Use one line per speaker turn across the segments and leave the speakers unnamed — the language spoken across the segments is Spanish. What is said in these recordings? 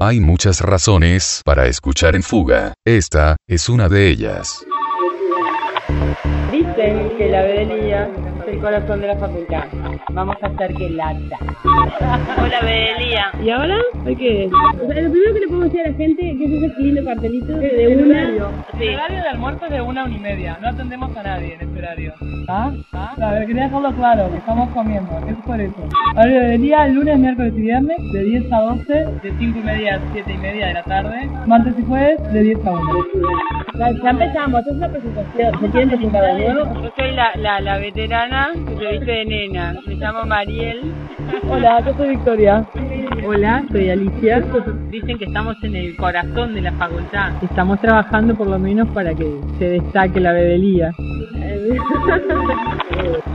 Hay muchas razones para escuchar en fuga. Esta es una de ellas.
Dicen que la Bedelía es el corazón de la facultad. Vamos a hacer que lata.
Hola, Bedelía.
¿Y ahora? ¿Hoy qué es? O sea, lo primero que le podemos decir a la gente es que es ese lindo cartelito de una...
Sí.
El horario de almuerzo es de una a una y media. No atendemos a nadie en este horario. ¿Ah? ¿Ah? A ver, quería dejarlo claro, que estamos comiendo. Es por eso. Horario de día, lunes, miércoles y viernes, de 10 a 12, de 5 y media a 7 y media de la tarde. Martes y jueves, de 10 a 1.
Ya ya empezamos, es una presentación. ¿Se quieren presentar de nuevo?
Yo soy la, la, la veterana que se viste de nena. Me llamo Mariel.
Hola, yo soy Victoria.
Hola, soy Alicia. Dicen que estamos en el corazón de la facultad.
Estamos trabajando por lo menos para que se destaque la bedelía.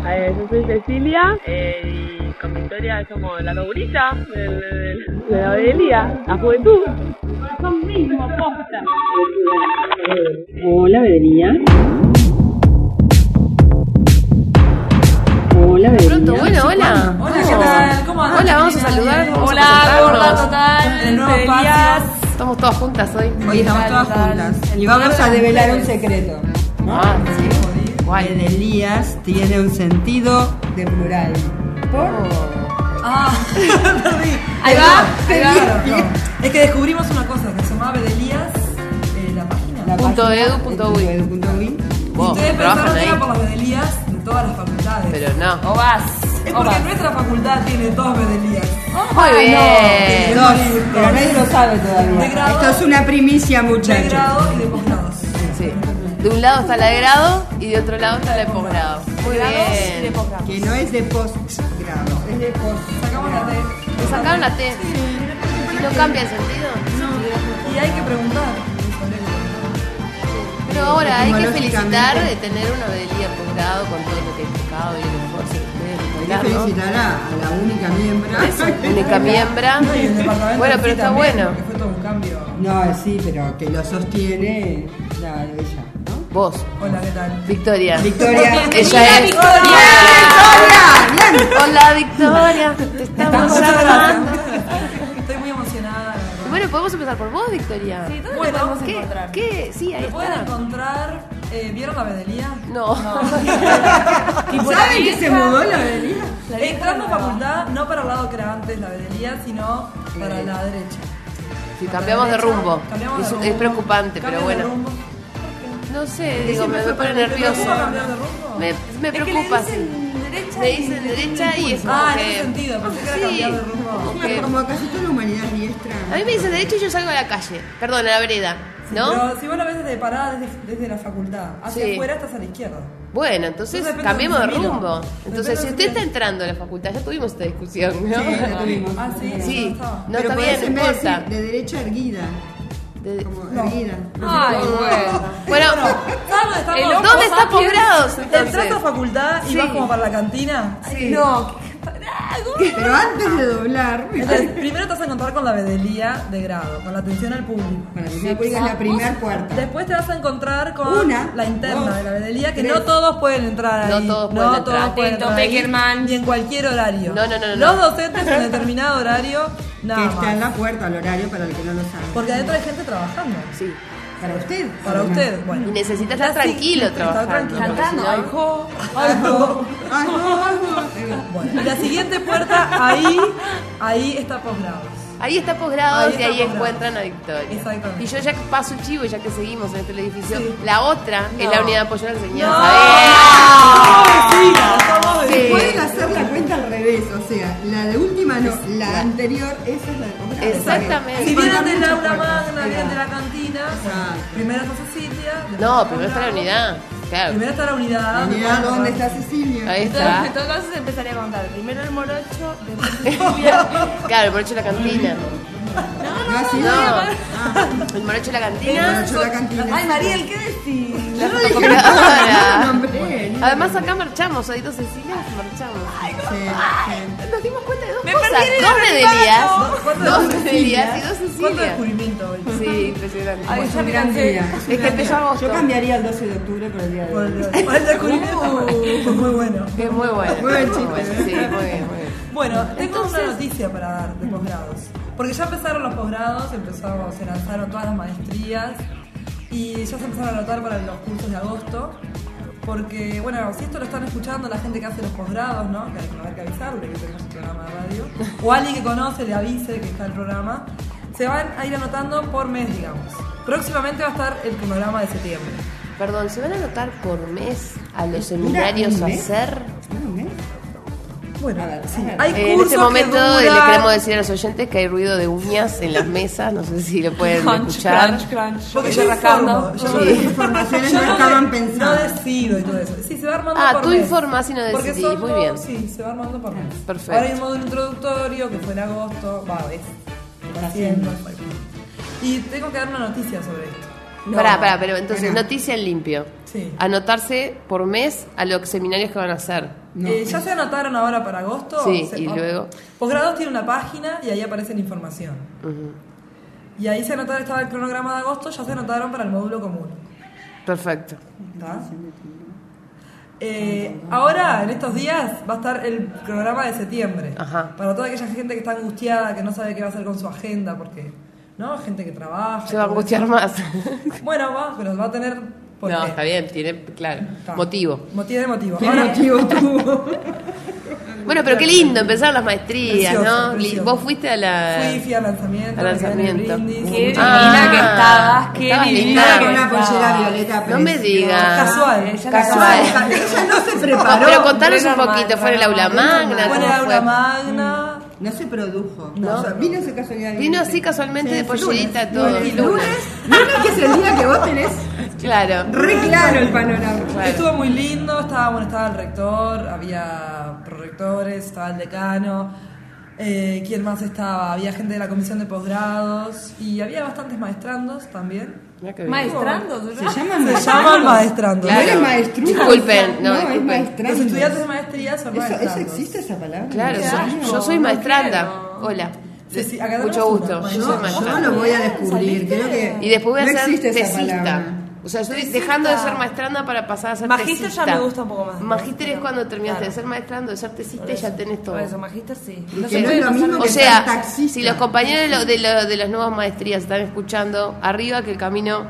A ver, yo soy Cecilia,
Eh, y con Victoria somos la doburita. del- del- del-
de la Bedelía, la juventud.
Hola, bedelía. Hola, bedelía.
Bueno, hola. Hola, ¿qué tal? ¿Cómo andan? Hola, vamos a saludar. vamos a
Hola,
presentarnos.
gorda total. De nuevo
Estamos todas juntas hoy.
Hoy estamos todas juntas. Y vamos a develar un secreto.
Ah, sí.
Guay. El Elías tiene un sentido de plural. Ah, perdí. Ahí va. Es que descubrimos una cosa, que se llamaba Bedelías eh, la página. La
Punto edu, punto uy. Wow,
Ustedes
¿trabajan
pensaron que
ahí?
era por las Bedelías de todas las facultades.
Pero no.
O vas.
es porque nuestra facultad tiene dos Bedelías.
Muy bien.
Dos, pero nadie lo sabe todavía. Esto es una primicia, muchachos. De grado y de posgrados.
Sí. De un lado está la de grado y de otro lado está la de posgrado. Muy bien.
Que no es de posgrado, es de post. Sacamos la D.
¿Te sacaron la T? ¿Y no cambia el sentido?
Y hay que preguntar.
Pero ahora hay que
Etimológicamente.
felicitar de tener una bedelía posgrado con todo lo que he explicado y el esfuerzo que ustedes
Hay que
dedicaron, ¿no?
felicitar a, a la única miembra.
Única miembra. Bueno, pero está bueno.
fue todo un cambio. No, sí, pero que lo sostiene la ella, ¿no?
Vos,
Hola, ¿qué tal?
Victoria.
Victoria.
Ella es.
¡Hola, Victoria!
Hola Victoria, te estamos llamando.
Estoy muy emocionada.
Bueno, podemos empezar por vos, Victoria.
Bueno,
¿Qué? Ah. ¿Qué? Sí, ahí está.
encontrar. eh, ¿Vieron la Bedelía?
No.
¿Saben que se mudó la Bedelía? Entrando a facultad, no para el lado que era antes la Bedelía, sino para la derecha.
Si cambiamos de rumbo.
Cambiamos de
Es,
rumbo.
es preocupante,
Cambio
pero
de
bueno.
rumbo.
No sé, digo, me, me
fue
pone
para el interior. ¿Puedo
nerviosa.
cambiar de rumbo?
Me, me
Es que le
preocupa, sí.
dicen derecha
Me
y
dicen
le
derecha y es
impulso. Ah,
como
en
que-
ese sentido, pensé que era
Sí,
cambiar de rumbo.
como que-
casi toda la humanidad
A
diestra.
mí me dicen derecho y yo salgo a la calle. Perdón, a la vereda. ¿No?
Pero si vos la ves desde parada desde, desde la facultad, hacia
Sí.
afuera estás a la izquierda.
Bueno, entonces
Entonces depende
cambiemos de
dónde miro.
rumbo.
Depende
Entonces, si
dónde
usted
miro.
está entrando a la facultad, ya tuvimos esta discusión, ¿no?
Ah, sí,
Sí,
no estaba.
no está bien, no importa.
De derecha erguida.
De-
Erguida.
Ay, bueno.
Bueno,
¿Dónde
El- ¿dónde está posgrados, entonces?
Entras a facultad y
Sí.
vas como para la cantina. Ay, no, qué- pará, gordo.
Pero antes de doblar,
Entonces, primero te vas a encontrar con la bedelía de grado, con la atención al público.
para mí me cuelga la primera puerta.
Después te vas a encontrar con
Una,
la interna
dos,
de la bedelía, que
tres.
no todos pueden entrar ahí.
No todos pueden entrar.
todos pueden
Atento,
entrar ahí,
Peckerman.
Y en cualquier horario.
No, no, no, no,
Los
no.
docentes en determinado horario,
que
nada
está en
más.
la puerta al horario para el que no lo sabe.
Porque adentro hay gente trabajando.
sí.
Para usted.
Para usted, bueno.
Y necesita estar tranquilo trabajando.
tranquilo. Cantando,
porque si no-
Ay, no. Bueno, y la siguiente puerta, ahí, ahí está posgrados.
Ahí está posgrados y
Ahí está
ahí
posgrados.
encuentran a Victoria.
Exactamente.
Y yo ya paso el chivo, ya que seguimos en este edificio.
Sí.
La otra es
No.
la unidad de apoyo a la enseñanza.
¡Ah!
Sí.
Pueden hacer la cuenta al revés, o sea, la de última no, la anterior, esa es la de comprar.
Exactamente.
Si vienen del aula magna,
más
vienen de la cantina,
Exacto.
primero está Cecilia. después
No, primero está la
posgrados.
unidad. Claro.
Primero está la unidad.
Mirá dónde está Cecilia.
Ahí está.
En todo caso se empezaría a contar. Primero el morocho, después
Claro, por hecho la cantina.
No, no,
No, así
No.
no.
El morocho de la
Bueno,
cantina.
yo la cantina.
Ay, Mariel, ¿qué decís?
La
Yo no dije
fotocopiadora.
nada, nombré, ni-
Además acá marchamos, ahí dos Cecilia marchamos.
Sí, sí.
Nos dimos cuenta de dos
Me
cosas.
perdí en el
Dos de
anonimato.
Delías.
¿Cuánto
Dos de
de
Delías y dos
¿Cuánto
Cecilia.
descubrimiento hoy?
Sí, impresionante. Este
Ay,
Es
ya
un
me
gran
cansé.
día.
es que empezó agosto.
Yo cambiaría el 12 de octubre por el día de
Por
hoy.
el por el descubrimiento. Fue muy bueno.
Es muy bueno.
Muy buen chiste,
bueno,
¿eh?
Sí, muy bien, muy bien.
Bueno, tengo una noticia para dar de posgrados. Porque ya empezaron los posgrados, empezó, se lanzaron todas las maestrías y ya se empezaron a anotar para los cursos de agosto. Porque, bueno, si esto lo están escuchando la gente que hace los posgrados, ¿no? Que hay que, haber que avisarle que tenemos un programa de radio. O alguien que conoce le avise que está el programa. Se van a ir anotando por mes, digamos. Próximamente va a estar el cronograma de septiembre.
Perdón, ¿se van a anotar por mes a los
¿Dura
seminarios
¿eh?
un
a
mes?
hacer?
¿Dura un mes?
Bueno, sí.
Eh, en este momento eh, le queremos decir a los oyentes que hay ruido de uñas en las mesas, no sé si lo pueden escuchar.
Porque yo informo, yo
Sí.
no-
Informaciones
yo
no
no
estaban
de-
pensadas.
No decido y todo eso. Sí, se va armando
Ah,
por
tú
mes.
informás y no
Porque
decidís,
son
muy
los-
bien.
Sí, se va armando por mes.
Perfecto.
Ahora hay un módulo introductorio que fue en agosto. Va, es. va haciendo. Y tengo que dar una noticia sobre esto.
pará, pará, pero entonces,
pará.
noticia en limpio.
Sí.
Anotarse por mes a los seminarios que van a hacer.
Eh, ya se anotaron ahora para agosto.
Sí,
Se-
y
oh,
luego.
Posgrados tiene una página y ahí aparece la información. Y ahí se anotaron, estaba el cronograma de agosto, ya se anotaron para el módulo común.
Perfecto.
¿Está? Eh, ahora, en estos días, va a estar el cronograma de septiembre.
Ajá.
Para toda aquella gente que está angustiada, que no sabe qué va a hacer con su agenda, porque, ¿no? Gente que trabaja.
Se va a
y todo
angustiar más.
eso. Bueno, va, pero va a tener. ¿por
no,
qué?
está bien, tiene, claro,
Está.
motivo.
Motivo de motivo.
¿Qué
Ahora-
motivo tuvo?
Bueno, pero qué lindo, empezaron las maestrías,
Precioso,
¿no?
precioso.
Vos fuiste a la...
Fui, fui al lanzamiento.
Al
me quedé en el
lanzamiento.
brindis.
Qué
Muchas
divina
gracias.
que estabas, qué divina
Estaba
que
con una pollera violeta.
No me
preciosa.
digas.
Casual.
Casual. Ella no se preparó.
pero contanos un
Frena
poquito,
mal,
fue en el
frena
aula
mal,
magna,
frena
Bueno,
¿cómo
era una
fue?
magna.
No se produjo. No. O sea, vino ese casualidad.
Vino así casualmente de pollerita todo.
Y lunes, lunes que es el día que vos tenés
Claro.
re claro el panorama.
Estuvo muy lindo, estaba, bueno, estaba el rector, había prorectores, estaba el decano, eh, ¿quién más estaba? Había gente de la comisión de posgrados y había bastantes maestrandos también.
Mirá qué bien.
¿Maestrandos?
Se llaman
Se llaman maestrandos.
No eres
Claro.
maestruz.
Disculpen, no,
es
disculpen.
Los
maestrando.
estudiantes de maestría son
Eso,
maestrandos.
¿Eso existe esa palabra?
Claro,
No
soy-
sabía.
yo soy maestranda. Hola.
Sí, sí, acá
Mucho
tenemos
gusto.
una.
Yo soy
Yo, yo
maestranda.
lo voy a descubrir. Creo que
Y después voy a
no
ser
existe esa
tesista.
palabra.
O sea, estoy dejando de ser maestranda para pasar a ser
Magíster
tesista.
ya me gusta un poco más.
Magíster es cuando terminaste
Claro.
de ser maestrando, de ser tesista y ya tenés todo.
Por eso, magíster sí.
Y que no es lo mismo
O
que
sea,
ser taxista.
si los compañeros de, lo- de, lo- de las nuevas maestrías están escuchando, arriba que el camino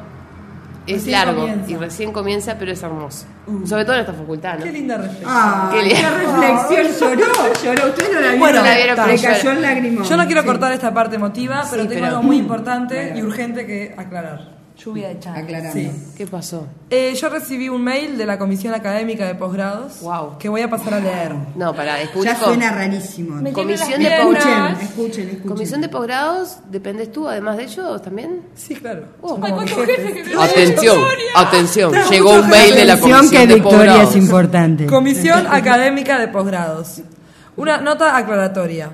es
Recién
largo
comienza.
y recién comienza, pero es hermoso. Sobre todo en esta facultad, ¿no?
Qué linda respuesta.
Ah,
Qué
qué,
lindo.
reflexión. Lloró, lloró. Ustedes no la vieron.
Bueno, la
vieron,
le
pero
cayó
llora.
el lagrimón.
Yo no quiero cortar esta parte emotiva, pero
Sí,
tengo
pero-
algo
mm,
muy importante y urgente que aclarar.
Lluvia de charla.
Aclarando.
Sí.
¿Qué pasó?
Eh, yo recibí un mail de la Comisión Académica de Posgrados
Wow.
que voy a pasar a leer.
No, para, es
Ya
público.
suena rarísimo.
Comisión de
Escuchen,
posgrados.
escuchen, escuchen.
Comisión de posgrados, ¿dependés tú además de ellos también?
Sí, claro.
Oh.
Son como mis jefes.
Atención, atención,
Tengo
llegó
mucho
un mail de la
Atención que
comisión de
Victoria
posgrados.
es importante.
Comisión Académica de Posgrados. Una nota aclaratoria.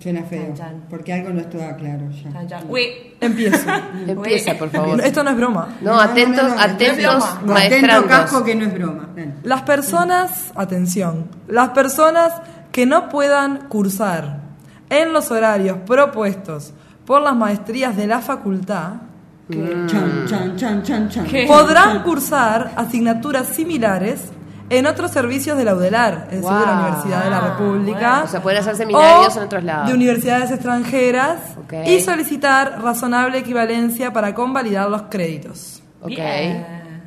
Suena feo. Porque algo no estaba claro ya.
Uy,
Empiezo.
Empieza, por favor.
Esto no es broma.
No, atentos,
no, no, no,
atentos,
no, Atento
maestrandos.
casco que no es broma. Dale.
Las personas, atención, las personas que no puedan cursar en los horarios propuestos por las maestrías de la facultad
Mm.
Chan, chan, chan, chan, chan.
podrán cursar asignaturas similares en otros servicios de la UDELAR, es decir, de la
Guau.
Universidad de la República.
O sea, pueden hacer seminarios
o
en otros lados.
De universidades extranjeras
Ok.
y solicitar razonable equivalencia para convalidar los créditos.
Ok.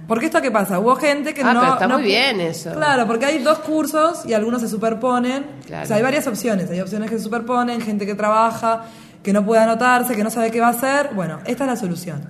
Porque esto qué pasa, hubo gente que
Ah,
no...
pero está
no
muy
pu-
bien eso.
Claro, porque hay dos cursos y algunos se superponen.
Claro.
O sea, hay varias opciones. Hay opciones que se superponen, gente que trabaja, que no puede anotarse, que no sabe qué va a hacer. Bueno, esta es la solución.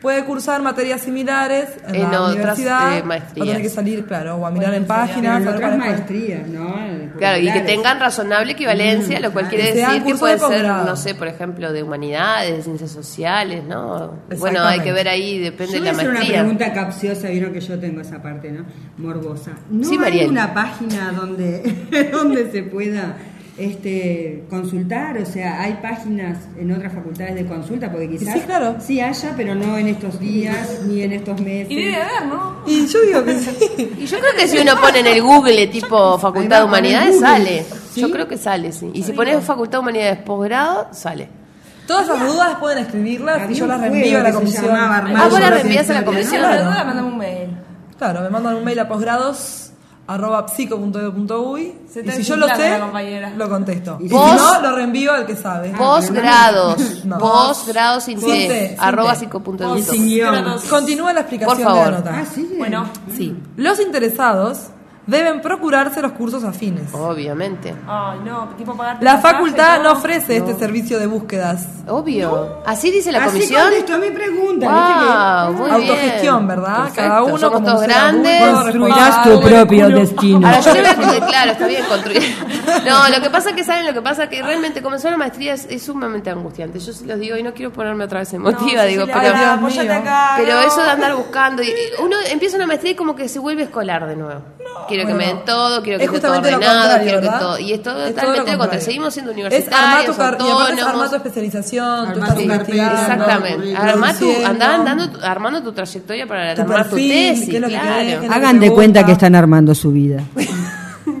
Puede cursar materias similares en,
En
la
otras,
universidad.
eh, maestrías.
Va a tener que salir, claro, o a mirar en páginas.
Pero
a ver
otras
cuál es-
maestrías, ¿no?
Claro, y que tengan razonable equivalencia, lo cual quiere
Que sean
decir que
cursos
puede
de
ser,
posgrado.
no sé, por ejemplo, de humanidades, de ciencias sociales, ¿no? Bueno, hay que ver ahí, depende
Yo
de
voy a
la
hacer una
maestría.
pregunta capciosa, vieron que yo tengo esa parte, ¿no? Morbosa. ¿No
Sí,
hay
Mariel.
una página donde, donde se pueda este, consultar, o sea, hay páginas en otras facultades de consulta, porque quizás
Sí, claro.
sí haya, pero no en estos días ni en estos meses.
Y debe haber, ¿no?
Y yo digo que sí.
Y yo creo que si uno pone en el Google tipo Facultad de
Ahí va, pone
Humanidades,
Google.
sale. Yo creo que sale, sí. Y si pones Facultad de Humanidades posgrado, sale.
Todas las dudas pueden escribirlas y yo las
juego
reenvío a la
que se
comisión.
llamaba Armando
Ah, vos las reenvías a la comisión.
Claro.
Ahora mandame un mail.
Claro, me mandan un mail a posgrados arroba psico.edu.uy
Se
y
está
si yo lo
desinflando
sé,
la compañera.
lo contesto. Y si
Vos- Ah,
no, lo reenvío al que sabe.
Posgrados.
Ah, No.
Posgrados sin
Sin T,
T.
sin
Arroba
T.
Y
5.2.
sin guión.
Continúa la explicación
Por favor.
de la nota.
Ah, sí.
Bueno,
Sí,
Los interesados deben procurarse los cursos afines.
Oh. obviamente.
ay, no, tipo pagar.
La
pasaje,
facultad no
todo.
ofrece este servicio de búsquedas.
Obvio. Así dice la
Así
comisión.
contestó mi pregunta.
Wow, muy bien.
Autogestión, ¿verdad? Cada uno
Somos
como
todos
un ser adulto,
grandes.
Construirás
tu propio destino.
Ahora yo creo que, claro, está bien construir. No, lo que pasa es que saben lo que pasa es que realmente comenzar la maestría es, es sumamente angustiante. Yo se los digo y no quiero ponerme otra vez emotiva, digo,
Cecilia,
pero,
pará,
Ay, Dios
apóyate
mío.
acá,
pero
no.
eso de andar buscando y y uno empieza una maestría y como que se vuelve escolar de nuevo. quiero que me
Bueno,
den todo, quiero que
es
esté todo
justamente lo
ordenado,
contrario,
quiero que
¿verdad?
todo y es todo
Es todo lo
totalmente lo contrario.
contrario.
Seguimos siendo
Es armar tu
universitarios,
car- y aparte es armar tu
autónomos.
especialización, tú
Armar
estás
tu
investigando,
carpeta,
Exactamente.
¿no?
Armar tu,
produciendo.
andá andando, tu- armando tu trayectoria para
Tu
armar
perfil,
tu tesis,
qué es lo que
claro.
querés, qué es lo
Hagan de
te
cuenta
gusta.
que están armando su vida.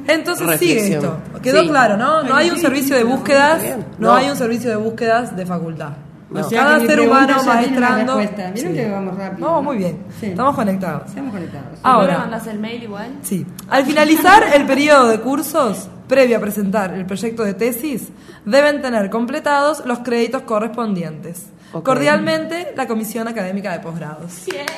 Entonces sigue
Reflexión.
esto. Quedó
Sí.
claro, ¿no? No hay un servicio de búsquedas, no
No.
hay un servicio de búsquedas de facultad.
O sea,
Cada
que mi
ser
pregunta
humano
ya tiene una
maestrando.
respuesta. Vieron
Sí.
que vamos rápido.
No, muy bien.
Sí.
Estamos conectados.
Estamos conectados.
¿No le
Ahora,
mandás el mail igual?
sí. Al finalizar el periodo de cursos, previo a presentar el proyecto de tesis, deben tener completados los créditos correspondientes.
Ok.
Cordialmente, la Comisión Académica de Posgrados.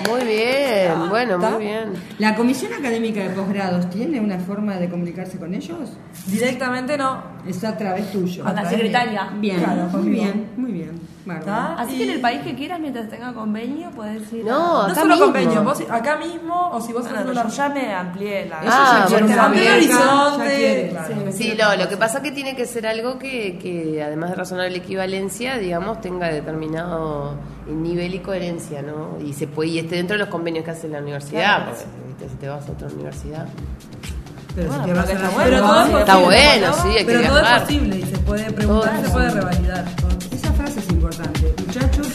Muy bien, bueno,
Ah, ¿Está?
muy bien.
¿La Comisión Académica de Posgrados tiene una forma de comunicarse con ellos?
Directamente no.
Es a través tuyo.
Con la secretaria.
Bien,
Ah, Claro,
muy
conmigo.
bien, muy bien. Bárbaro.
¿Está?
Así que en el país que quieras, mientras tenga convenio, puedes ir.
No,
No
acá
solo
mismo.
convenio, vos acá mismo o si vos haces
Bueno, pero
una
yo ya me amplié la.
Ah,
Ampliar
bueno,
el
también.
horizonte.
Ya quiere,
claro.
Sí, no, lo que pasa es que tiene que ser algo que, que, además de razonable equivalencia, digamos, tenga determinado nivel y coherencia, ¿no? Y se puede, y esté dentro de los convenios que hace la universidad, porque viste, si te vas a otra universidad.
Pero, si te
pero
vas a
está
la-
bueno,
pero todo es
sí,
posible.
Está bueno, sí, hay que
Pero todo es
viajar.
posible y se puede preguntar,
Todo.
se puede revalidar.
Esa frase es importante. Muchachos,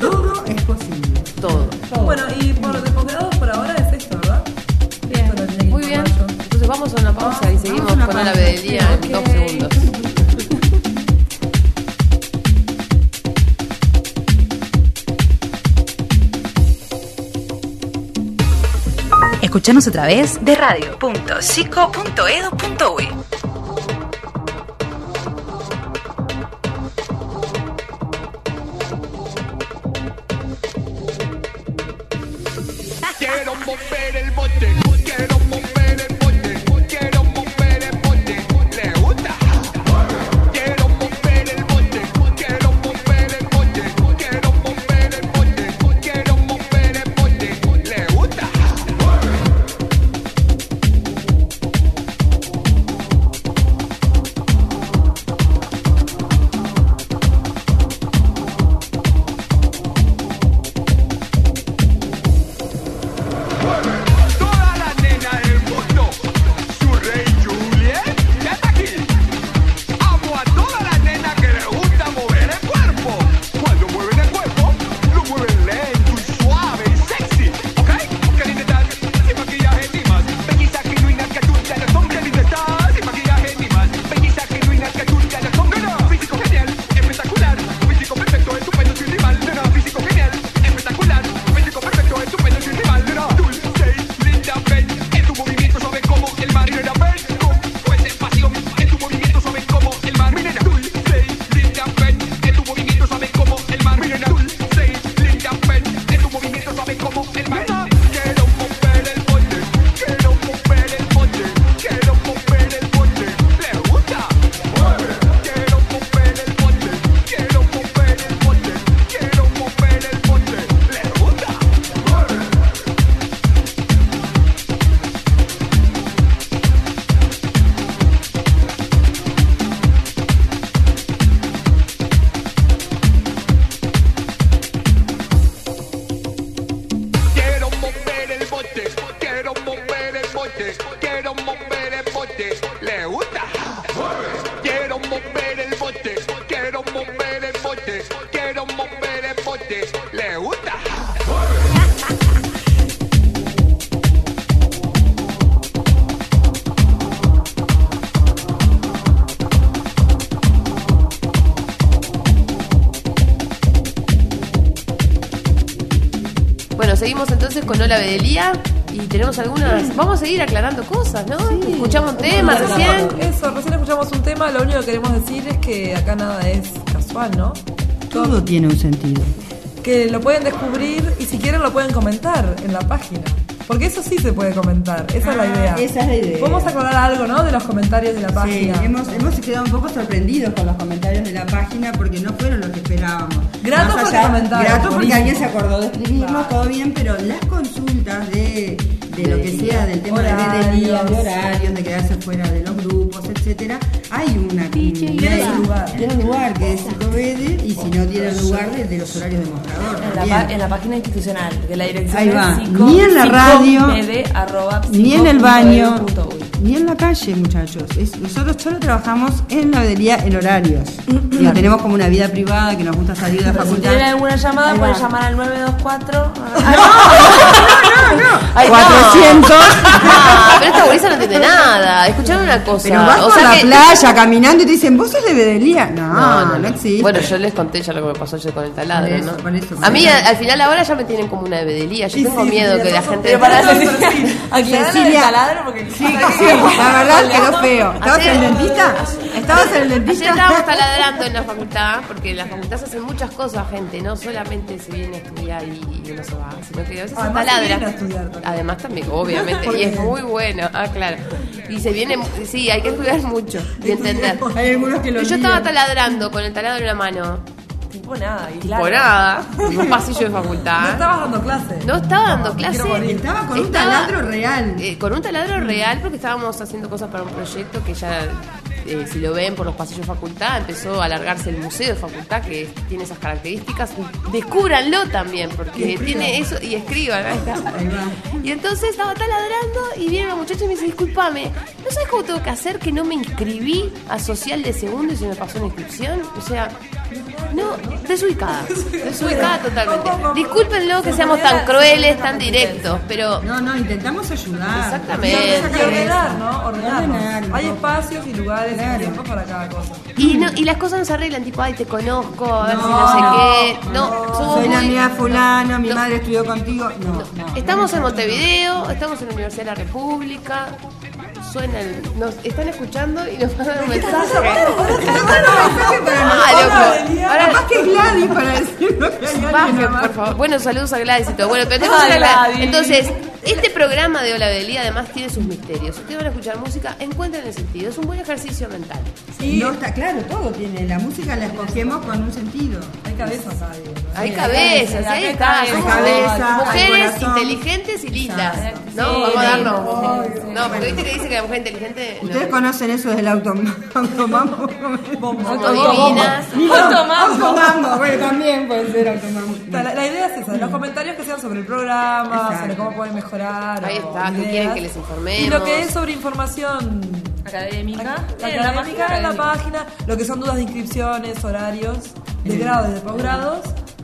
todo es posible.
Todo.
Bueno, y por los posgrados por ahora es esto, ¿verdad? Esto lo tiene que
Muy bien.
informar yo.
Entonces vamos a una pausa y seguimos
una
con la
pausa.
vedelía en dos segundos.
Escuchanos a través de radio.psico.edu.uy.
Quiero mover el bote, quiero mover el bote, quiero mover el bote, le gusta. Quiero mover el bote, quiero mover el bote, quiero mover el bote, quiero mover el bote, le gusta. bote, le gusta.
Bueno, seguimos entonces con Hola Bedelía y tenemos algunas. Vamos a seguir aclarando cosas, ¿no? Escuchamos un tema
Bueno,
recién.
Eso, recién escuchamos un tema. Lo único que queremos decir es que acá nada es casual, ¿no?
Todo tiene un sentido.
Que lo pueden descubrir y si quieren lo pueden comentar en la página. Porque eso sí se puede comentar. Esa es la
Ah,
idea.
esa es la idea.
Vamos a aclarar algo, ¿no? De los comentarios de la
Sí,
página.
hemos, hemos quedado un poco sorprendidos con los comentarios de la página porque no fueron los que esperábamos.
Grato
Más
porque
allá-
comentaron,
Grato porque
buenísimo.
alguien se acordó de escribirnos, todo bien, pero las consultas de, de lo que sea, del tema de
Horarios.
día, de horarios, de quedarse fuera de los grupos, etcétera, hay una tiene
Yoda.
un lugar, tiene un lugar que es Covede y si no tiene lugar de, de los horarios de mostrador.
En la,
también.
pa- en la página institucional, que la dirección
Ahí
es
va.
psico-
Ni en la radio,
psicomed, arroba,
ni en el
psico-
eh,
baño.
punto edu punto uy.
Ni en la calle, muchachos. Es- nosotros solo trabajamos en la heladería en horarios. Digo, tenemos como una vida privada que nos gusta salir de la
Pero Si
facultad.
tienen alguna llamada,
Ahí
pueden
va.
llamar al 924.
Ay, no.
400.
Ah, pero esta gurisa no entiende nada. Escucharon una cosa.
Pero vas
o
por
sea
la
que-
playa caminando y te dicen, ¿vos sos de Bedelía? No,
No,
no,
no, no.
existe.
Bueno, yo les conté ya lo que me pasó ayer con el taladro,
Por eso,
¿no?
por eso, por
a mí
eso.
a- al final ahora ya me tienen como una bedelía. Yo
Sí,
tengo
sí,
miedo
sí,
que la
razón,
gente.
pero pará,
Pará,
Cecilia.
Aclarala del
Cecilia.
taladro, porque-
Sí, sí, la verdad quedó feo. ¿Estabas en el dentista? ¿Estabas en el dentista?
Ayer estábamos taladrando en la facultad, porque en la facultad se hacen muchas cosas, gente. No solamente se viene a estudiar y, y uno se va, sino que a veces
Además,
se
se viene a
taladra.
estudiar también.
Además también, obviamente. y es muy bueno. Ah, claro. Y se viene... Sí, hay que estudiar mucho y entender.
Hay algunos que lo
Yo
olvidan.
estaba taladrando con el taladro en la mano.
Tipo nada, y claro.
Por nada. En un pasillo de facultad.
No estabas dando clases.
No estaba dando clase.
Estaba con un taladro real.
eh, con un taladro real porque estábamos haciendo cosas para un proyecto que ya, eh, si lo ven por los pasillos de facultad, empezó a alargarse el museo de facultad que tiene esas características. Descúbranlo también
Y
porque
escriban.
tiene eso y escriban. ahí está.
Ahí va.
Y entonces estaba taladrando y viene la muchacha y me dice, discúlpame, ¿no sabes cómo tengo que hacer que no me inscribí a social de segundo y se me pasó una inscripción? O sea, no, desubicada, desubicada totalmente. Discúlpenlo que seamos tan crueles, tan directos, pero...
No, no, intentamos ayudar.
Exactamente.
Intentamos
Y
sacar
ordenar, ¿no?
Ordenar
Ordenar.
un
Hay
poco.
espacios y lugares y tiempo para cada cosa.
Y, no- y las cosas no se arreglan, tipo, ay, te conozco, a ver si
No,
no sé
no,
qué. No, somos
Soy la
muy-
amiga fulana, mi madre estudió contigo. No, no.
Estamos en Montevideo, estamos en la Universidad de la República. Suena el- nos están escuchando y nos mandan un mensaje. Ah, loco. Ahora-
Ahora más que Gladys para decirlo que hay alguien
Bajen,
más.
por favor. Bueno, saludos a Gladys y todo. Bueno, pero tenemos
Ay,
una Gladys.
Gladys.
Entonces, este programa de Hola Bedelía además tiene sus misterios. Ustedes van a escuchar música, encuentren el sentido. Es un buen ejercicio mental.
No, está claro, todo tiene. La música la escogemos con un sentido. Hay cabezas acá, digo.
Hay cabezas, ahí está.
Hay
Somos
cabeza,
mujeres
hay corazón.
inteligentes y lindas.
Exacto.
¿No?
Sí,
Vamos a darnos.
obvio.
No, porque viste que dice que la mujer inteligente. no.
Ustedes conocen eso del automamo. Automamo.
Autodivinas.
Automamo.
Automamo, bueno, también puede ser automamo.
O sea, La, la idea es esa, los comentarios que sean sobre el programa,
Exacto.
sobre cómo pueden mejorar.
Ahí
o
está, que
ideas.
quieren que les informemos.
Y lo que es sobre información
Académica.
académica
Eh, la página
en la
académica.
página, lo que son dudas de inscripciones, horarios de
Eh.
grado y de posgrados,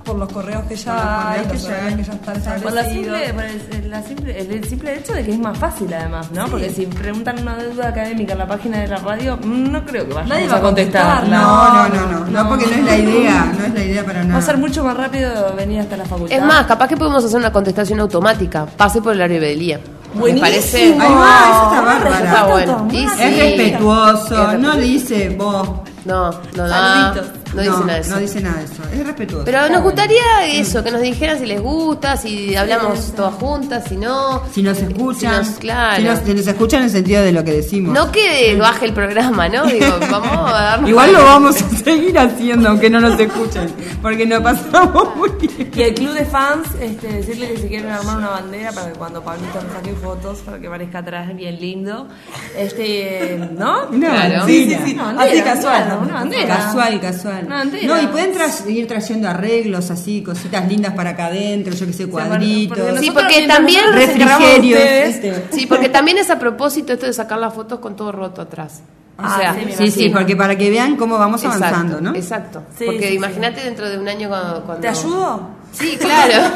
por los correos que
Por los
ya
correos
hay,
que
los
ya
horarios
hay.
que ya están
Por la
establecidos.
simple, por el, la simple- el- el simple hecho de que es más fácil además, ¿no? Porque si preguntan una duda académica en la página de la radio, mm, no creo que vayamos
Nadie va
a contestarla.
No, no, no, no, no, porque no es la idea, no es la idea para
Va a
nada.
ser mucho más rápido venir hasta la facultad.
Es más, capaz que podemos hacer una contestación automática. Pase por el área de Belía. ¿Me parece?
Ahí va, eso está bárbaro.
Eso está bueno. Y sí.
Es respetuoso,
Es
no le dice vos.
No, no da.
Saluditos.
No dice nada de
No
eso.
dice nada de eso, es respetuoso.
Pero nos gustaría eso, que nos dijeran si les gusta, si hablamos todas juntas, si no.
Si nos escuchan,
Si nos- claro.
si nos, si nos escuchan en el sentido de lo que decimos.
No que baje el programa, ¿no? Digo, vamos a darnos.
Igual lo vamos a seguir haciendo aunque no nos escuchen, porque nos pasamos muy bien.
Y el club de fans, este, decirle que si quieren armar una bandera para que cuando Pablito nos saque fotos, para que parezca atrás bien lindo. Este,
Una
¿no?
bandera.
Claro. Una
Así
bandera,
casual,
claro, una bandera.
Casual, casual.
Una bandera.
No, y pueden tra- ir trayendo arreglos así, cositas lindas para acá adentro, yo que sé, cuadritos.
Sí, porque también
refrigerios. Este. ¿viste?
Sí, porque también es a propósito esto de sacar las fotos con todo roto atrás. O
O sea,
sea,
Ah, sí, sí, porque para que vean cómo vamos avanzando,
Exacto,
¿no?
Exacto.
Sí,
porque
sí, sí.
imagínate dentro de un año cuando, cuando-
¿Te ayudo?
Sí, claro.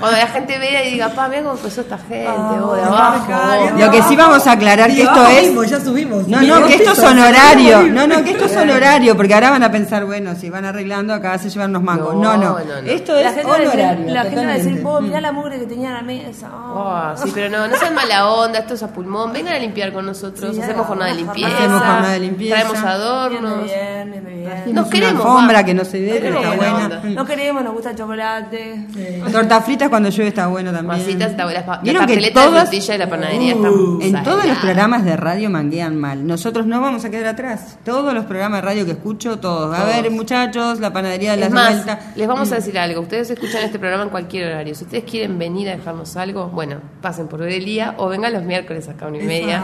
Cuando la gente vea y diga, pa, mira cómo empezó esta gente,
Ah,
oh, de abajo.
Lo que sí vamos a aclarar
Y
que esto
abajo
es.
mismo,
ya
subimos.
No,
Subimos
no, que esto es
pisos.
honorario. No, no, que esto es honorario, porque ahora van a pensar, bueno, si van arreglando, acá se llevan unos mangos. No, no. Esto
La
es
gente va a decir-
honorario.
La gente va a decir,
totalmente.
vos, mirá la mugre que tenía en la mesa.
Oh, sí, pero no, no sean mala onda, esto es a pulmón. Vengan a limpiar con nosotros,
Sí,
hacemos jornada de
hagamos
limpieza.
Hacemos jornada de limpieza.
Traemos adornos.
Nos
Nos
queremos.
queremos,
Una alfombra
va.
que no se dé,
Nos
pero está
queremos,
buena. Eh,
onda.
No queremos, nos gusta el chocolate.
Tortas fritas cuando llueve está bueno también.
Masitas está buena. La
Vieron que
tarteleta de
todas, Uh,
frutilla de la panadería está
en todos los
salada.
programas de radio manguean mal. Nosotros no vamos a quedar atrás. Todos los programas de radio que escucho, todos. A
Todos.
ver, muchachos, la panadería de la
Es más,
vuelta.
les vamos a decir algo. Ustedes escuchan este programa en cualquier horario. Si ustedes quieren venir a dejarnos algo, bueno, pasen por Orelia o vengan los miércoles acá a una y media.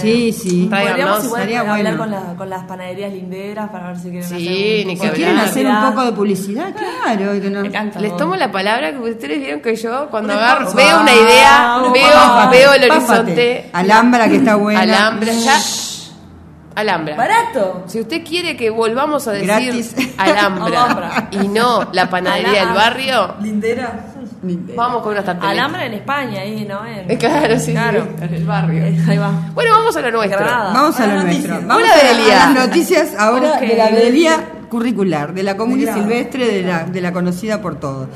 Sí, sí.
Podríamos
Tráiganos.
igual
Estaría
hablar
bueno.
con, la- con las panaderías linderas para ver si quieren
Sí,
hacer
ni
un tipo
que
de
Si quieren
publicidad.
hacer un poco de publicidad, claro. y que no-
Les tomo la palabra que ustedes vieron que yo cuando agarro,
Wow,
veo una idea,
wow,
veo,
pápate,
veo el
pápate.
horizonte.
Alhambra que está buena.
Alhambra, ya. Alhambra.
Barato.
Si usted quiere que volvamos a decir
Gratis.
Alhambra,
Alhambra.
y no la panadería del barrio,
Lindera.
vamos con unas tarteletas.
Alhambra en España, ahí, ¿no? En-
Eh, Claro, sí,
Claro.
sí, en el barrio.
Ahí va.
Bueno, vamos a lo nuestro.
Granada.
Vamos a, lo nuestro. Vamos
Hola,
a,
Delia.
a las noticias ahora
Ok.
de la Delia curricular, de la comuni
Mirá,
silvestre, de la, de la conocida por todos.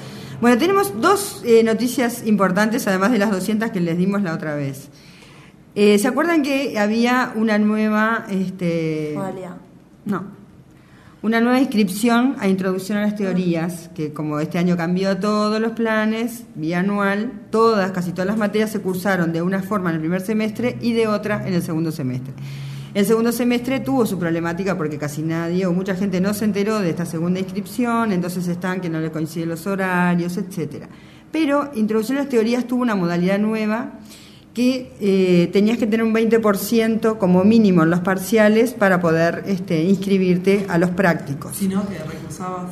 Bueno, tenemos dos eh, noticias importantes, además de las 200 que les dimos la otra vez. Eh, ¿Se acuerdan que había una nueva... Este,
Modalidad.
No. Una nueva inscripción a introducción a las teorías, que como este año cambió todos los planes, bianual, todas, casi todas las materias se cursaron de una forma en el primer semestre y de otra en el segundo semestre. El segundo semestre tuvo su problemática porque casi nadie o mucha gente no se enteró de esta segunda inscripción, entonces están que no le coinciden los horarios, etcétera. Pero introducción a las teorías tuvo una modalidad nueva que eh, tenías que tener un 20% como mínimo en los parciales para poder este, inscribirte a los prácticos.
Si no, que recusabas,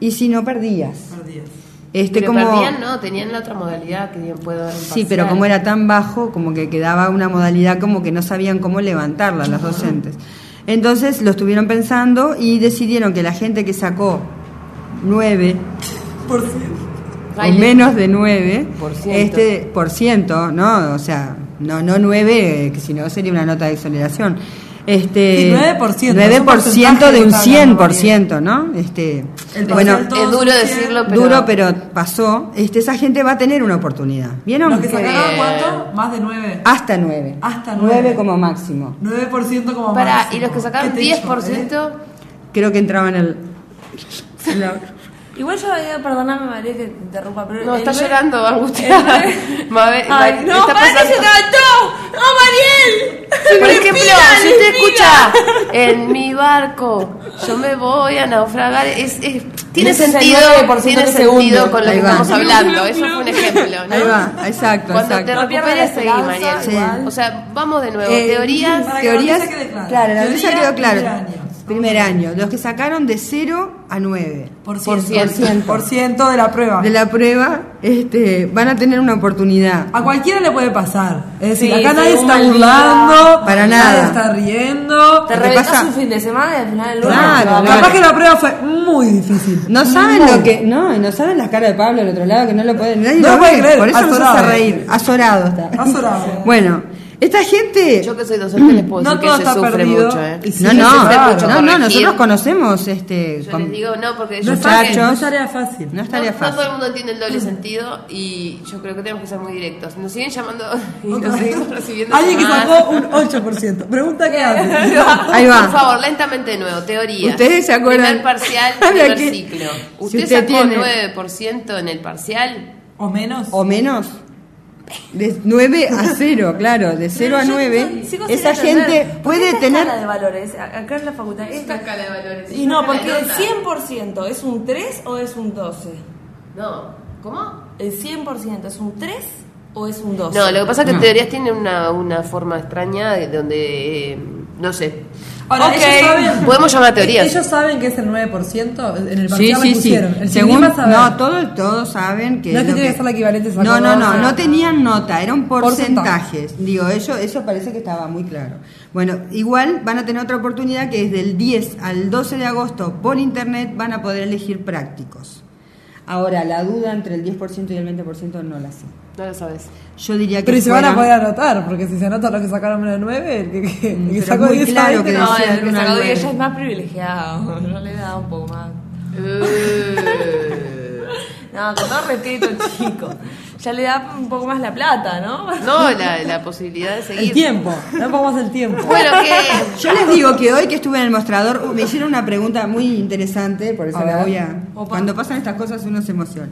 Y si no, perdías.
perdías.
Este,
pero
como,
perdían, no, tenían la otra modalidad que puedo dar un
Sí, pero
parcial.
como era tan bajo, como que quedaba una modalidad como que no sabían cómo levantarla las docentes. Entonces lo estuvieron pensando y decidieron que la gente que sacó 9
Por cierto.
o menos de 9
Por ciento.
este por ciento, ¿no? O sea, no no 9, que si no sería una nota de exoneración. Este
Sí, 9%,
9%
es
de
un
un
porcentaje que está hablando
100%, ¿no? Este
El
bueno,
porcentaje Es duro decirlo,
pero-
duro, pero pasó. Este esa gente va a tener una oportunidad. ¿Vieron?
Los que
Que-
sacaron cuánto? Más de 9.
hasta 9.
Hasta
9
nueve.
como máximo.
9% como
Pará,
máximo.
y los que sacaron
¿Qué te dijo,
10%,
Creo que entraban el.
eh?
Igual yo, eh, perdoname, María, que te interrumpa, pero...
No,
¿Eh? el
está
nueve-
llorando, va a
el
angustiar.
nueve-
Mabe-
Ay,
Mabe-
no,
está
para que se
pasando-
cantó. ¡No, Mariel!
Por
Respira,
ejemplo, si usted
respira.
escucha en mi barco, yo me voy a naufragar, es, es- tiene
Ese es el
sentido,
9%
tiene
que
sentido
segundo.
con lo
Ahí
que
va.
estamos hablando. Eso fue un ejemplo, ¿no?
Ahí va, exacto,
Cuando
exacto.
te
No pierdas
recuperes,
la
seguí,
esperanza,
Mariel.
igual.
O sea, vamos de nuevo.
Eh,
teorías.
para que la teorías-
noticia quede clara.
Claro, la noticia
Teoría,
quedó claro.
primer
Primer año. Los que sacaron de 0 a 9
Por ciento.
ciento.
Por ciento de la prueba.
de la prueba este, van a tener una oportunidad.
A cualquiera le puede pasar. Es decir,
Sí,
acá nadie
según
está
el día.
burlando,
Para
nadie
nada.
está riendo.
Te
¿Qué
reventas
pasa?
un fin de semana y al final el lunes...
Claro,
no,
no,
Capaz
Claro.
que la prueba fue muy difícil.
No saben
Muy.
lo que. No, no saben las caras de Pablo del otro lado que no lo pueden. Nadie
No
lo
lo puede
ve,
creer,
Por eso nos hace
azorado.
reír. Azorado está.
Has orado.
Bueno, esta gente.
Yo que soy docente les puedo
No
decir
todo
que se
está
sufre
perdido.
mucho, ¿eh?
Y sí,
no,
se
no,
sabe
no,
mucho
no,
corregir.
nosotros conocemos este.
Yo
con-
les digo, no, porque yo
No es
creo
fácil,
que-
no es tarea fácil.
no es
No,
tarea
no
fácil.
todo el mundo entiende el doble sentido y yo creo que tenemos que ser muy directos. Nos siguen llamando y
Otra
nos
vez.
seguimos recibiendo.
Alguien que
llamadas.
sacó un 8%. Pregunta qué hace.
Ahí va.
Por favor, lentamente de nuevo, teoría.
¿Ustedes se acuerdan?
Primer parcial,
Ahora
primer
que-
ciclo.
si
Usted,
usted
sacó
tiene-
9% en el parcial.
¿O menos?
o menos. De 9 a 0, claro, de 0 a
yo
9,
sigo sin
esa
entender,
gente
¿por qué
puede
esta
tener...
escala de valores, a- acá en la facultad. esta-
de valores.
Y no, porque el 100% es un 3 o es un 12.
No, ¿cómo?
¿El 100% es un 3 o es un 12?
No, lo que pasa es que
No.
teorías tienen una, una forma extraña de donde. eh, no sé.
Ahora,
Ok,
ellos saben-
podemos
Eh,
llamar teorías.
Ellos saben que es el 9%. En el
Sí,
parcial
sí,
lo
sí.
pusieron. El
Según,
sistema sabe.
no, todos todos saben que...
No es que
lo
tiene que ser la equivalente sacó
No, no, no,
dos.
no tenían nota, eran
Porcentaje.
porcentajes. Digo, eso, eso parece que estaba muy claro. Bueno, igual van a tener otra oportunidad que es del 10 al 12 de agosto por internet van a poder elegir prácticos. Ahora, la duda entre el 10% y el 20% no la sé.
No lo sabes.
Yo diría que
Pero se van a
fuera-
poder anotar, porque si se anotan los que sacaron menos 9, el que, que, el que
pero
sacó
muy
10
claro
ahorita
que
no.
No,
decía
el que
una
sacó
nueve.
10 ya es más privilegiado. Yo le he dado un poco más. No, con todo respeto, chico. Ya le da un poco más la plata, ¿no?
No, la, la posibilidad de seguir.
El tiempo.
No un poco más el tiempo.
Bueno, que.
Yo les digo que hoy que estuve en el mostrador uh, me hicieron una pregunta muy interesante, por eso
A
la
ver.
voy a. Cuando pasan estas cosas uno se emociona.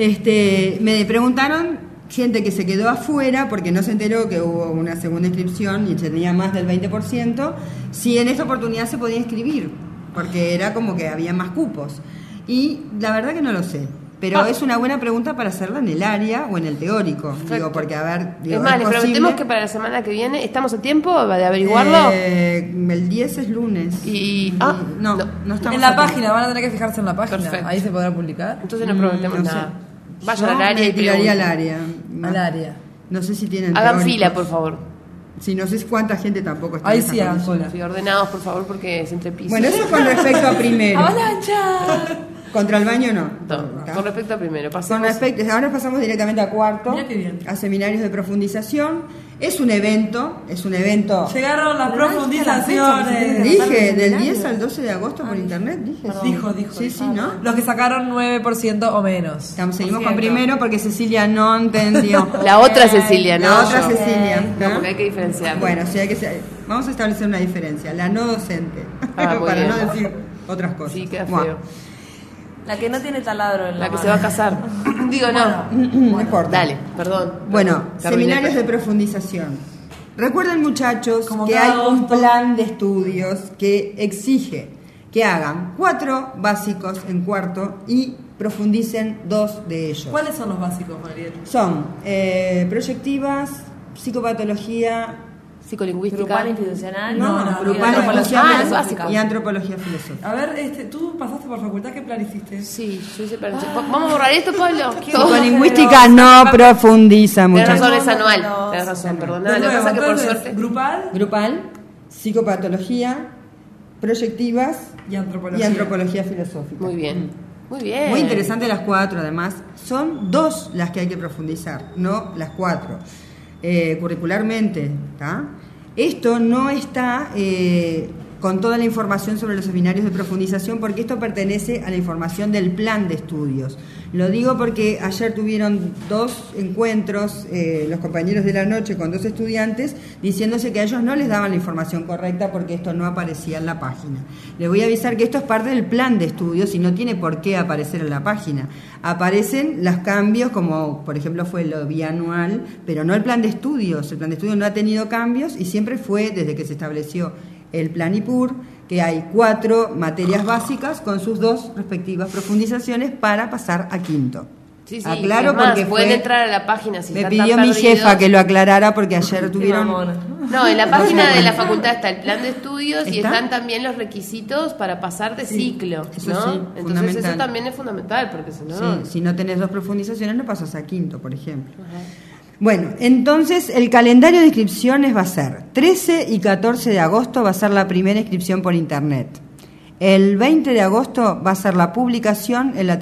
Este, me preguntaron gente que se quedó afuera porque no se enteró que hubo una segunda inscripción y tenía más del 20%, si en esta oportunidad se podía inscribir, porque era como que había más cupos. Y la verdad que no lo sé. Pero
Ah.
es una buena pregunta para hacerla en el área o en el teórico. Digo, porque a ver, digo,
es más, les
posible-
prometemos que para la semana que viene estamos a tiempo de averiguarlo.
eh, el 10 es lunes.
Y. Ah,
No, no, estamos.
En la
aquí.
página, van a tener que fijarse en la página.
Perfecto.
Ahí se podrá publicar.
entonces no prometemos
no sé.
nada. Vayan
Yo
al área
me
y
tiraría al
pregunten.
área.
Al área.
No sé si tienen.
Hagan
teóricos.
fila, por favor.
Sí, no sé cuánta gente tampoco está.
Ahí
en esa
sí hagan
condición.
cola.
Sí, ordenados, por favor, porque es entre pisos.
Bueno, eso con respecto a primero.
¡Avalancha!
Contra el baño no.
No, con respecto a primero,
Con
pasemos.
respecto, ahora pasamos directamente a cuarto,
Mirá qué bien.
a seminarios de profundización. Es un evento, es un evento.
Llegaron las profundizaciones.
Dije, del 10 al 12 de agosto
Ah,
por internet, dije. sí.
Dijo, dijo.
Sí, sí, ¿no?
Los que sacaron 9% o menos.
Estamos- seguimos con
Cierto.
primero porque Cecilia no entendió.
La otra Cecilia, ¿no?
La otra
Yo.
Cecilia.
No,
¿no?
porque hay que diferenciar.
Bueno, sí, hay que ser- vamos a establecer una diferencia. La no docente.
Ah, muy
para
bien.
no decir otras cosas.
Sí, queda
Buah,
feo.
La que no tiene taladro en la,
La que
mano.
se va a casar. Digo, no.
No importa.
Dale, perdón.
Bueno,
Terminé,
seminarios de
pero-
profundización. Recuerden, muchachos,
Como
que
cada
hay un
agosto.
plan de estudios que exige que hagan cuatro básicos en cuarto y profundicen dos de ellos.
¿Cuáles son los básicos, Mariel?
Son eh, proyectivas, psicopatología,
Psicolingüística.
Grupal institucional.
no,
no,
grupal,
y antropología.
social
Ah, es básico.
y antropología filosófica.
A ver, este, tú pasaste por facultad, ¿qué plan hiciste?
Sí, yo hice para- Vamos a borrar esto, Pablo.
Psicolingüística Oh, no profundiza
Tienes
muchachos.
razón, es anual. Tienes razón, perdona.
De
Lo que
nuevo,
pasa es que por
entonces,
suerte.
Grupal
Grupal, psicopatología, proyectivas
y
y
antropología.
antropología filosófica.
Muy bien. Muy bien.
Muy interesante las cuatro, además. Son dos las que hay que profundizar, no las cuatro. Eh, curricularmente, ¿tá? Esto no está eh, con toda la información sobre los seminarios de profundización, porque esto pertenece a la información del plan de estudios. Lo digo porque ayer tuvieron dos encuentros, eh, los compañeros de la noche, con dos estudiantes, diciéndose que a ellos no les daban la información correcta porque esto no aparecía en la página. Les voy a avisar que esto es parte del plan de estudios y no tiene por qué aparecer en la página. Aparecen los cambios, como por ejemplo fue lo bianual, pero no el plan de estudios. El plan de estudios no ha tenido cambios y siempre fue, desde que se estableció el plan IPUR, que hay cuatro materias básicas con sus dos respectivas profundizaciones para pasar a quinto.
Sí, sí,
Aclaro
es más,
porque
pueden
fue-
entrar a la página si
me
están
pidió
tan
mi
perdidos.
jefa que lo aclarara porque ayer
Qué
tuvieron
mamona.
No, en la página de la facultad está el plan de estudios y
¿Está?
están también los requisitos para pasar de ciclo,
eso
¿no?
sí,
Entonces eso
fundamental.
también es fundamental porque si no,
Sí, si no tenés dos profundizaciones no pasas a quinto, por ejemplo. Bueno, entonces el calendario de inscripciones va a ser 13 y 14 de agosto va a ser la primera inscripción por internet. El 20 de agosto va a ser la publicación en la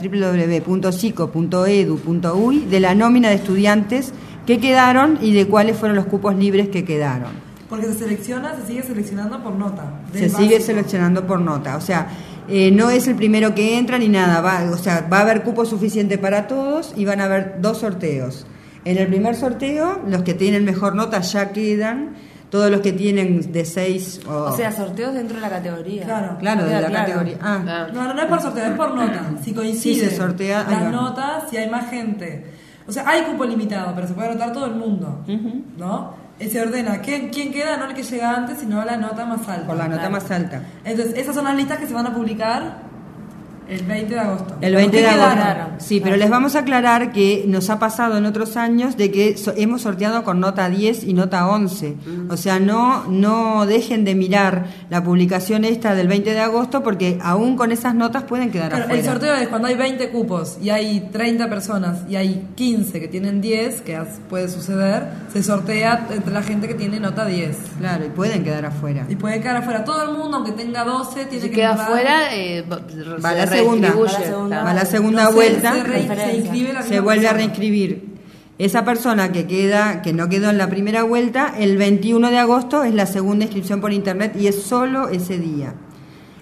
www.sico.edu.uy de la nómina de estudiantes que quedaron y de cuáles fueron los cupos libres que quedaron.
Porque se selecciona, se sigue seleccionando por nota.
Se
del
sigue
básico.
seleccionando por nota, o sea, eh, no es el primero que entra ni nada, va, o sea, va a haber cupo suficiente para todos y van a haber dos sorteos. En el primer sorteo, los que tienen mejor nota ya quedan, todos los que tienen de 6 o...
O sea, sorteos dentro de la categoría.
Claro.
claro, de
Queda
la
claro.
categoría. Ah,
Ah.
No, no, no es por sorteo, es por nota. Si
Sí,
coinciden
se sortea, ahí va.
las notas, si hay más gente. O sea, hay cupo limitado, pero se puede anotar todo el mundo. ¿No? Eh, se ordena quién, quién queda, no el que llega antes, sino la nota más alta.
por la nota
Claro.
más alta.
Entonces, esas son las listas que se van a publicar el 20 de agosto.
El 20 de
¿Qué
agosto.
quedaron?
Sí, pero les vamos a aclarar que nos ha pasado en otros años de que so- hemos sorteado con nota 10 y nota 11.
Mm.
O sea, no, no dejen de mirar la publicación esta del 20 de agosto porque aún con esas notas pueden quedar
Claro,
afuera.
el sorteo es cuando hay 20 cupos y hay 30 personas y hay 15 que tienen 10, que as- puede suceder, se sortea entre la gente que tiene nota 10.
Claro, y pueden quedar afuera.
Y puede quedar afuera todo el mundo, aunque tenga 12, tiene
si
que
queda
entrar.
fuera eh, va-
Va la
se
segunda,
redistribuye.
va
Está.
a la segunda, va a la segunda
No sé,
vuelta,
se re- se inscribe la
se
misma
vuelve a
persona.
reinscribir. Esa persona que queda, que no quedó en la primera vuelta, el 21 de agosto es la segunda inscripción por internet y es solo ese día.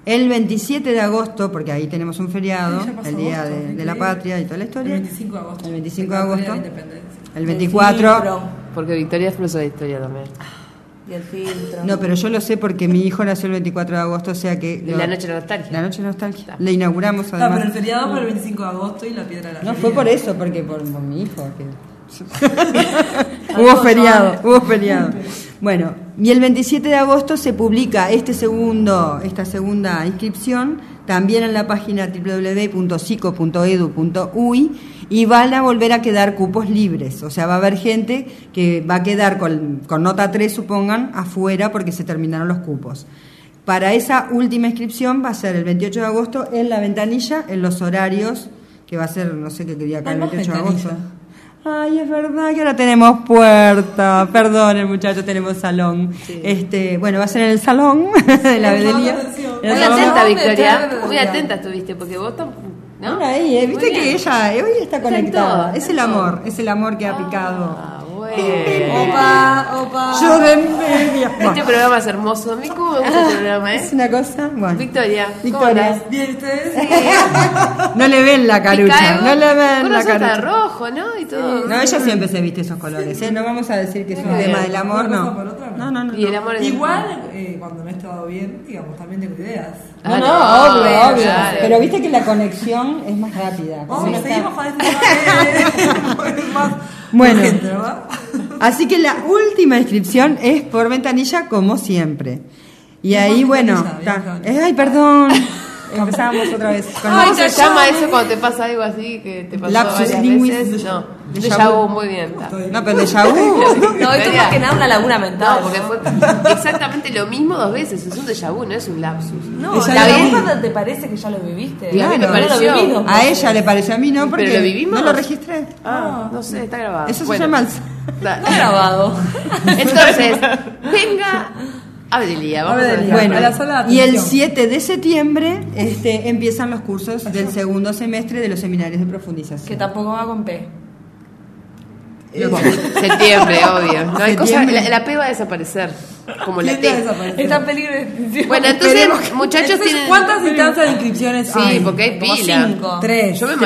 El 27 de agosto, porque ahí tenemos un feriado,
Sí, ya pasó
el día
agosto,
de, de la
increíble.
patria y toda la historia.
El 25 de agosto.
El 25 de
Declaratoria
agosto.
de la independencia.
El 24.
Porque Victoria es profesora de historia también.
Ah.
Y el filtro.
No, pero yo lo sé porque mi hijo nació el 24 de agosto, o sea que...
La noche de nostalgia.
La noche de nostalgia. Le inauguramos
Ah,
además.
pero el feriado fue el 25 de agosto y la piedra de la
No,
Feria.
fue por eso, porque por, por mi hijo. que- hubo feriado, hubo feriado. Bueno, y el 27 de agosto se publica este segundo, esta segunda inscripción, también en la página www.sico.edu.uy y van a volver a quedar cupos libres. O sea, va a haber gente que va a quedar con, con nota 3, supongan, afuera porque se terminaron los cupos. Para esa última inscripción va a ser el 28 de agosto en la ventanilla, en los horarios, que va a ser, no sé qué quería acá el
Hay más
28 de agosto.
ventanilla.
Ay, es verdad que ahora tenemos puerta. Perdón, el muchacho, tenemos salón. Este, bueno, va a ser en el salón de la avenida.
Muy atenta, Victoria. Muy atenta estuviste, porque vos tampoco. ¿No?
Mira ahí, eh, viste
Muy
que
bien.
ella hoy está
Está en
conectada.
todo,
es el amor, es el amor que ha picado.
Opa,
Ah.
opa.
Yo de envidia.
Este programa es hermoso. A mí cómo me gusta este programa, ¿eh?
Es una cosa. Bueno.
Victoria.
Victoria.
Bien, ustedes.
No le ven la carucha. No le ven la
está
carucha.
rojo, ¿no? Y todo.
No, ella siempre se viste esos colores. ¿eh? No vamos a decir que es un tema del amor,
Una cosa
no.
por otra,
No, no, no.
Y el amor es-
Igual, eh, cuando no he estado bien, digamos, también tengo ideas.
No,
Ah,
no,
no,
obvio,
claro,
obvio.
claro.
Pero viste que la conexión es más rápida.
Oh,
Vamos,
Uno está-
seguimos con este tema, eh, es más
Bueno.
urgente, ¿verdad?
Así que la última inscripción es por ventanilla, como siempre. Y ahí, bueno, ta- eh, ay, perdón. Empezamos otra vez. con la-
¿Cómo se llama eso cuando te pasa algo así que te pasó
Lapsus
varias
linguis.
veces? No,
Déjà
déjà vu,
vu.
muy bien. está.
No, pero déjà vu.
No, esto es más que nada una laguna mental.
No, porque fue exactamente lo mismo dos veces. Es un déjà vu, no es un lapsus.
No,
Déjà
la
vu.
vez cuando te parece que ya lo viviste.
Claro,
no lo
pareció.
vivimos.
A ella le pareció a mí, no, porque
¿Pero lo vivimos?
no lo registré.
Ah, no sé, está grabado.
Eso se
Bueno.
llama el...
Da-
No grabado.
Entonces, venga Abedelia, vamos
Abedelia.
a
Bueno,
A la sala de
y el
atención.
7 de septiembre este, empiezan los cursos del segundo semestre de los seminarios de profundización.
Que tampoco va con P.
Eh,
Septiembre, obvio. No hay cosa,
Septiembre.
la, la P va a desaparecer, como la
¿Quién va a
T.
desaparecer?
Está en peligro de extinción.
Bueno,
Esperemos
entonces,
que-
muchachos
Entonces,
tienen...
¿Cuántas instancias de inscripciones
Sí,
hay?
porque hay
como
pila.
cinco.
Tres.
Yo me
Tres,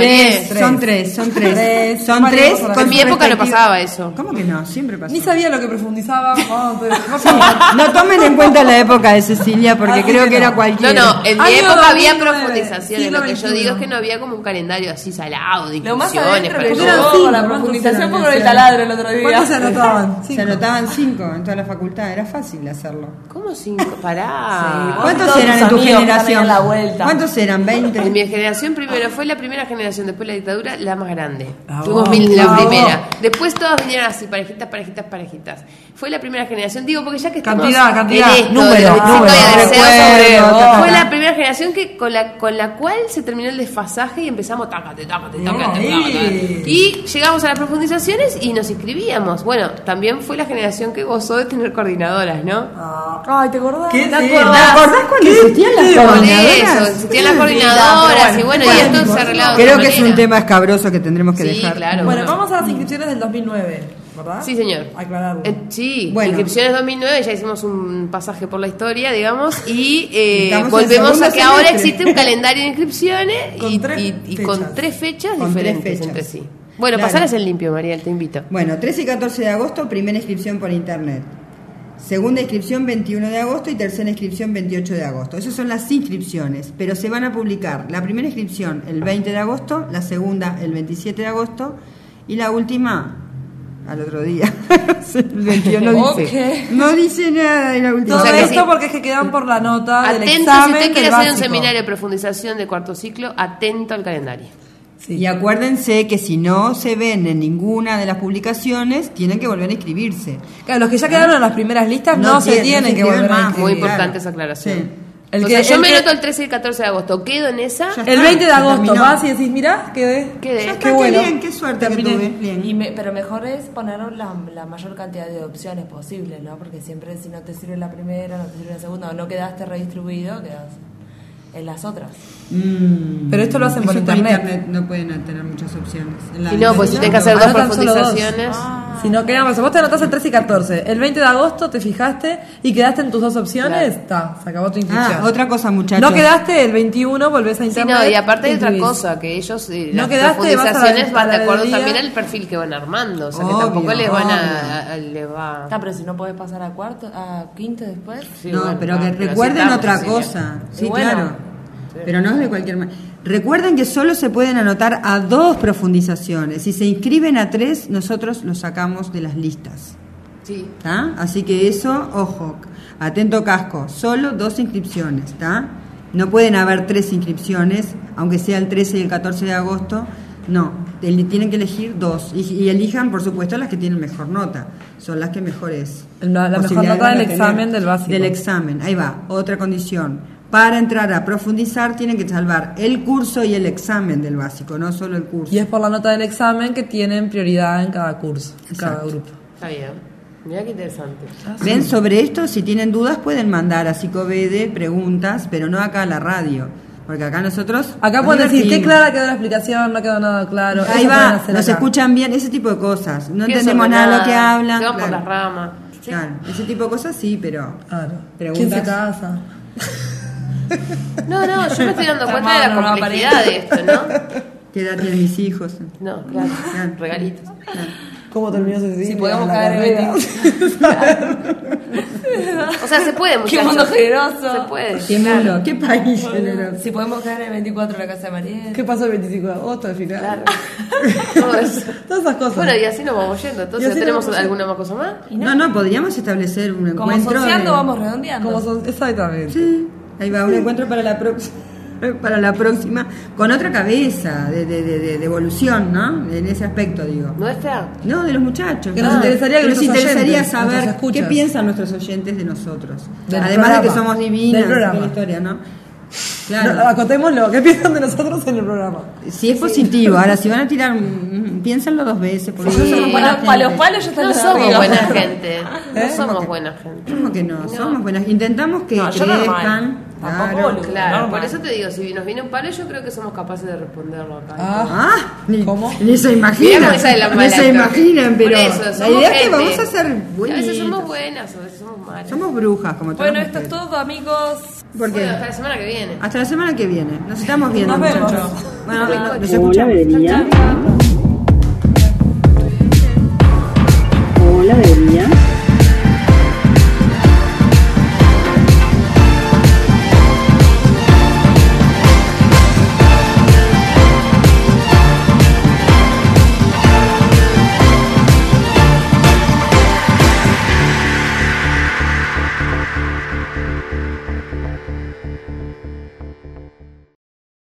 mareé.
son tres, son tres.
Tres.
Son
Vale,
tres.
vamos a la
con
En mi época no
perspectiva-
pasaba eso.
¿Cómo que no? Siempre pasó.
Ni sabía lo que profundizaba. Vamos, te- vamos
Sí,
a-
No tomen en cuenta la época de Cecilia porque
Así
creo
que
que era
no.
No,
cualquiera.
no, en mi
Año
época había
2009,
profundizaciones. Lo que yo
siglo
digo es
XXI.
que no había como un calendario así salado de
Lo más
inscripciones
adentro
para
que yo
eran
todo.
cinco,
con la
¿cuántos
profundización
eran?
fue con el taladro el otro día.
¿Cuántos se anotaban?
Se anotaban cinco en toda la facultad, era fácil hacerlo.
¿Cómo cinco? Pará.
¿Cuántos
todos
eran
tus
en tu
amigos que
generación?
están ahí a la vuelta.
¿Cuántos eran?
En
¿20?
mi generación primero fue la primera generación, después la dictadura, la más grande.
Ah,
Fuimos
vos,
mil- la
ah,
primera. Después todas vinieron así, parejitas, parejitas, parejitas. Fue la primera generación, digo, porque ya que estamos
Cantidad, cantidad,
en esto,
número,
de los
número,
deseos y deseos,
recuerdo,
fue
ta, ta, ta.
la primera generación que con la, con la cual se terminó el desfasaje y empezamos tácate, tácate,
No,
tácate,
ahí.
tácate. Y llegamos a las profundizaciones y nos inscribíamos. Bueno, también fue la generación que gozó de tener coordinadoras, ¿no?
Ah,
Ay, ¿te acordás?
¿Qué?
¿Te
Sí.
¿Te
acordás?
acordás cuando existían las
Por
coordinadoras?
eso, existían las
Sí.
coordinadoras y bueno, y esto se arreglaba de
Creo
otra
que es un
manera.
tema escabroso que tendremos que
Sí,
dejar.
claro.
Bueno,
Bueno.
vamos a las inscripciones del 2009, ¿verdad?
Sí, señor.
Aclararlo.
Eh, sí,
Bueno.
inscripciones 2009, ya hicimos un pasaje por la historia, digamos, y eh,
Estamos en
volvemos
segundo
a que ahora
semestre.
existe un calendario de inscripciones
Con
y,
tres
y- y
fechas.
con tres fechas
Con tres
diferentes
fechas.
entre sí. Bueno,
Claro.
pasarás el limpio, Mariel, te invito.
Bueno, 13 y 14 de agosto, primera inscripción por internet. Segunda inscripción 21 de agosto y tercera inscripción 28 de agosto. Esas son las inscripciones, pero se van a publicar la primera inscripción el 20 de agosto, la segunda el 27 de agosto y la última al otro día. el 21 dice.
Ok.
No dice nada de la última.
Todo
O sea que
esto
sí.
porque es que quedan por la nota del
Atento, si
examen
usted quiere
del
hacer un
básico.
seminario de profundización de cuarto ciclo, atento al calendario.
Sí.
Y acuérdense que si no se ven en ninguna de las publicaciones, tienen que volver a inscribirse.
Claro, los que ya quedaron en las primeras listas no,
No
se tienen
tienen, no
que
se
volver
tienen
a
más.
Muy
inscribir.
importante
claro.
esa aclaración.
Ah, Sí.
El
O
que-
sea, yo
el
me
que-
anoto el 13 y el 14 de agosto, quedo en esa.
Ya
El 20 de
Se
agosto
terminó.
vas y decís, mirá, quedé.
Quedé.
Ya está,
Qué
qué
bueno.
bien, qué suerte que
Terminé.
tuve. Bien.
Y me- pero mejor es poner la, la mayor cantidad de opciones posible, ¿no? Porque siempre si no te sirve la primera, no te sirve la segunda, o no quedaste redistribuido, quedas en las otras.
Pero esto lo hacen por
Eso
internet.
No pueden tener muchas opciones. En la
Y no, pues si tenés que hacer dos
Anotan solo
profundizaciones.
dos. Ah. Si no quedamos, vos te anotás el 13 y 14. El 20 de agosto te fijaste y quedaste en tus dos opciones, está, se acabó tu inscripción.
Ah, otra cosa, muchachos.
no quedaste el 21, volvés a
Sí,
internet.
no, y aparte hay
te
otra
inscribís.
cosa, que ellos eh,
No
las
quedaste, vas a la-
profundizaciones van de
a la
acuerdo
galería.
también al perfil que van armando, o sea que
Obvio,
tampoco les van a,
obvio.
a- les va
Ah, pero si no podés pasar a cuarto, a quinto después.
no, pero que recuerden otra cosa. Sí,
Y bueno,
claro. Pero no es de cualquier manera. Recuerden que solo se pueden anotar a dos profundizaciones. Si se inscriben a tres, nosotros los sacamos de las listas.
Sí.
¿tá? Así que eso, ojo. Atento casco. Solo dos inscripciones. ¿tá? No pueden haber tres inscripciones, aunque sea el 13 y el 14 de agosto. No, el- tienen que elegir dos. Y, y elijan, por supuesto, las que tienen mejor nota. Son las que mejores.
La, la mejor
posibilidades
nota
van a
del
tener.
examen del básico.
Del examen, ahí va, otra condición. Para entrar a profundizar tienen que salvar el curso y el examen del básico, no solo el curso.
Y es por la nota del examen que tienen prioridad en cada curso, en cada
Exacto.
grupo.
Está bien. Mira qué interesante.
Ven, sobre esto, si tienen dudas pueden mandar a Psicobede preguntas, pero no acá a la radio, porque acá nosotros...
Acá
nos
pueden decir, qué
divertimos.
clara quedó la explicación, no quedó nada claro.
Ahí
Eso pueden
va,
hacer
nos
acá.
escuchan bien, ese tipo de cosas. No
Qué
entendemos nada de lo que
desordenada,
hablan.
se van por
claro.
las ramas.
Claro, ese tipo de cosas sí, pero...
Ah. ¿Quién se
Preguntas.
casa?
No, no, yo me estoy dando
Está
cuenta de la
mal, no va a
complejidad de
aparecer.
esto, ¿no?
¿Qué edad tienen mis hijos?
No, claro. Regalitos.
¿Cómo terminó ese
Si podemos caer en
O sea, se puede,
Qué
muchachos.
mundo generoso.
Se puede.
¿Qué mundo? ¿Qué país generoso?
Si podemos caer en el 24 en la casa de María.
¿Qué pasó el 25 de agosto al final?
Todo eso.
Todas esas cosas.
Bueno, y así nos vamos yendo.
Y
Entonces,
así nos
¿tenemos
vamos
alguna más cosa más?
No, no, podríamos establecer un encuentro. de-
redondeando.
Como son, exactamente.
Ahí va, un encuentro para la próxima. Para la próxima, con otra cabeza de, de, de- de- de evolución, ¿no? En ese aspecto, digo.
¿Nuestra?
No, de los muchachos. Ah,
Que nos interesaría que
nos
nuestros
interesaría
oyentes, nuestros
saber qué
escuchas.
piensan nuestros oyentes de nosotros.
Del
Además de
programa.
que somos
Del
divinas,
programa.
qué historia, ¿no? Claro.
No, acotémoslo, ¿qué piensan de nosotros en el programa?
Si es positivo, ahora si van a tirar, mm, mm, piénsenlo dos veces. Porque
Sí,
no somos buena
bueno, pa'
gente.
los palos ya están
No
los
somos
amigos.
buena gente. No
¿Eh?
somos buena gente.
¿Cómo que no? Somos buenas. Intentamos que
No, yo normal.
crezcan.
Tampoco,
Claro.
boludo, claro. Por eso te digo, si nos viene un palo, yo creo que somos capaces de responderlo acá.
Ah, ni, ni se
Mirá cómo
imaginan.
sale la
Ni
mala,
se
pero-
imaginan,
Por
pero
eso,
la
somos
idea es que
gente.
vamos a ser
A veces
buenas.
somos buenas, a veces somos malas.
Somos brujas, como todas
Bueno,
las
esto es
mujeres.
todo, amigos.
¿Por qué?
Bueno, hasta la semana que viene.
Hasta la semana que viene. Nos estamos viendo,
Nos vemos.
muchachos. Bueno,
Hola,
nos- nos escuchamos.
Chau, chau.
Hola, Delia.